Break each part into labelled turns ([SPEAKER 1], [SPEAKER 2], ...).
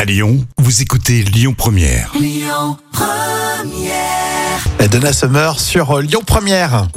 [SPEAKER 1] À Lyon, vous écoutez Lyon Première.
[SPEAKER 2] Et Donna Summer sur euh, Lyon Première.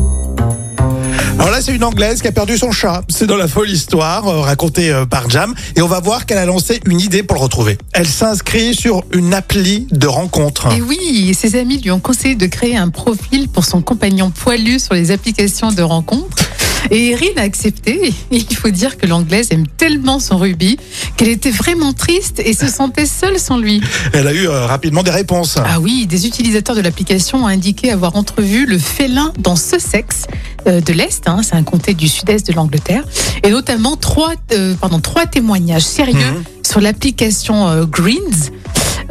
[SPEAKER 2] Alors là, c'est une Anglaise qui a perdu son chat. C'est dans la folle histoire euh, racontée euh, par Jam. Et on va voir qu'elle a lancé une idée pour le retrouver. Elle s'inscrit sur une appli de rencontre.
[SPEAKER 3] Et oui, ses amis lui ont conseillé de créer un profil pour son compagnon poilu sur les applications de rencontres. Et Erin a accepté. Et il faut dire que l'anglaise aime tellement son Ruby qu'elle était vraiment triste et se sentait seule sans lui.
[SPEAKER 2] Elle a eu euh, rapidement des réponses.
[SPEAKER 3] Ah oui, des utilisateurs de l'application ont indiqué avoir entrevu le félin dans ce sexe euh, de l'Est, hein, c'est un comté du sud-est de l'Angleterre, et notamment trois, euh, pardon, trois témoignages sérieux
[SPEAKER 2] Mhm.
[SPEAKER 3] sur l'application euh, Greens.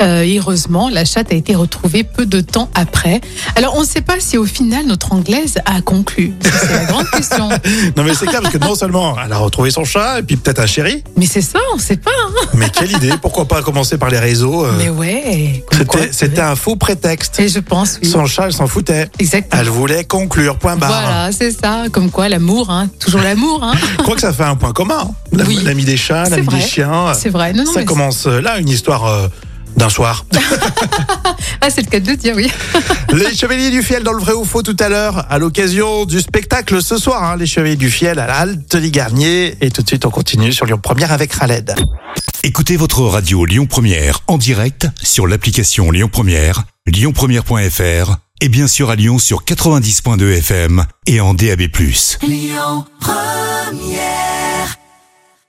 [SPEAKER 3] Euh, et heureusement, la chatte a été retrouvée peu de temps après. Alors, on ne sait pas si au final notre anglaise a conclu. Ça, C'est la grande question.
[SPEAKER 2] Non mais c'est clair parce que non seulement elle a retrouvé son chat et puis peut-être un chéri,
[SPEAKER 3] Mais c'est ça, on ne sait pas. hein.
[SPEAKER 2] mais quelle idée, pourquoi pas commencer par les réseaux euh,
[SPEAKER 3] Mais ouais. comme quoi.
[SPEAKER 2] C'était c'était un faux prétexte.
[SPEAKER 3] Et je pense, oui.
[SPEAKER 2] Son chat, elle s'en foutait.
[SPEAKER 3] Exactement.
[SPEAKER 2] Elle voulait conclure, point barre.
[SPEAKER 3] Voilà, c'est ça. Comme quoi, l'amour, hein, toujours l'amour. Hein.
[SPEAKER 2] Je crois que ça fait un point commun. hein. L'am-
[SPEAKER 3] Oui.
[SPEAKER 2] L'ami des chats,
[SPEAKER 3] C'est
[SPEAKER 2] l'ami des
[SPEAKER 3] vrai.
[SPEAKER 2] chiens.
[SPEAKER 3] C'est vrai. Ah Non, non,
[SPEAKER 2] ça
[SPEAKER 3] mais-
[SPEAKER 2] commence euh, là, une histoire euh, d'un soir.
[SPEAKER 3] Ah, c'est le cas de le dire, oui.
[SPEAKER 2] les Chevaliers du Fiel dans le vrai ou faux tout à l'heure, à l'occasion du spectacle ce soir. hein, les Chevaliers du Fiel à la Halte des Garnier. Et tout de suite, on continue sur Lyon Première avec Khaled.
[SPEAKER 1] Écoutez votre radio Lyon Première en direct sur l'application Lyon Première, lyonpremière.fr et bien sûr à Lyon sur 90.2 FM et en DAB+.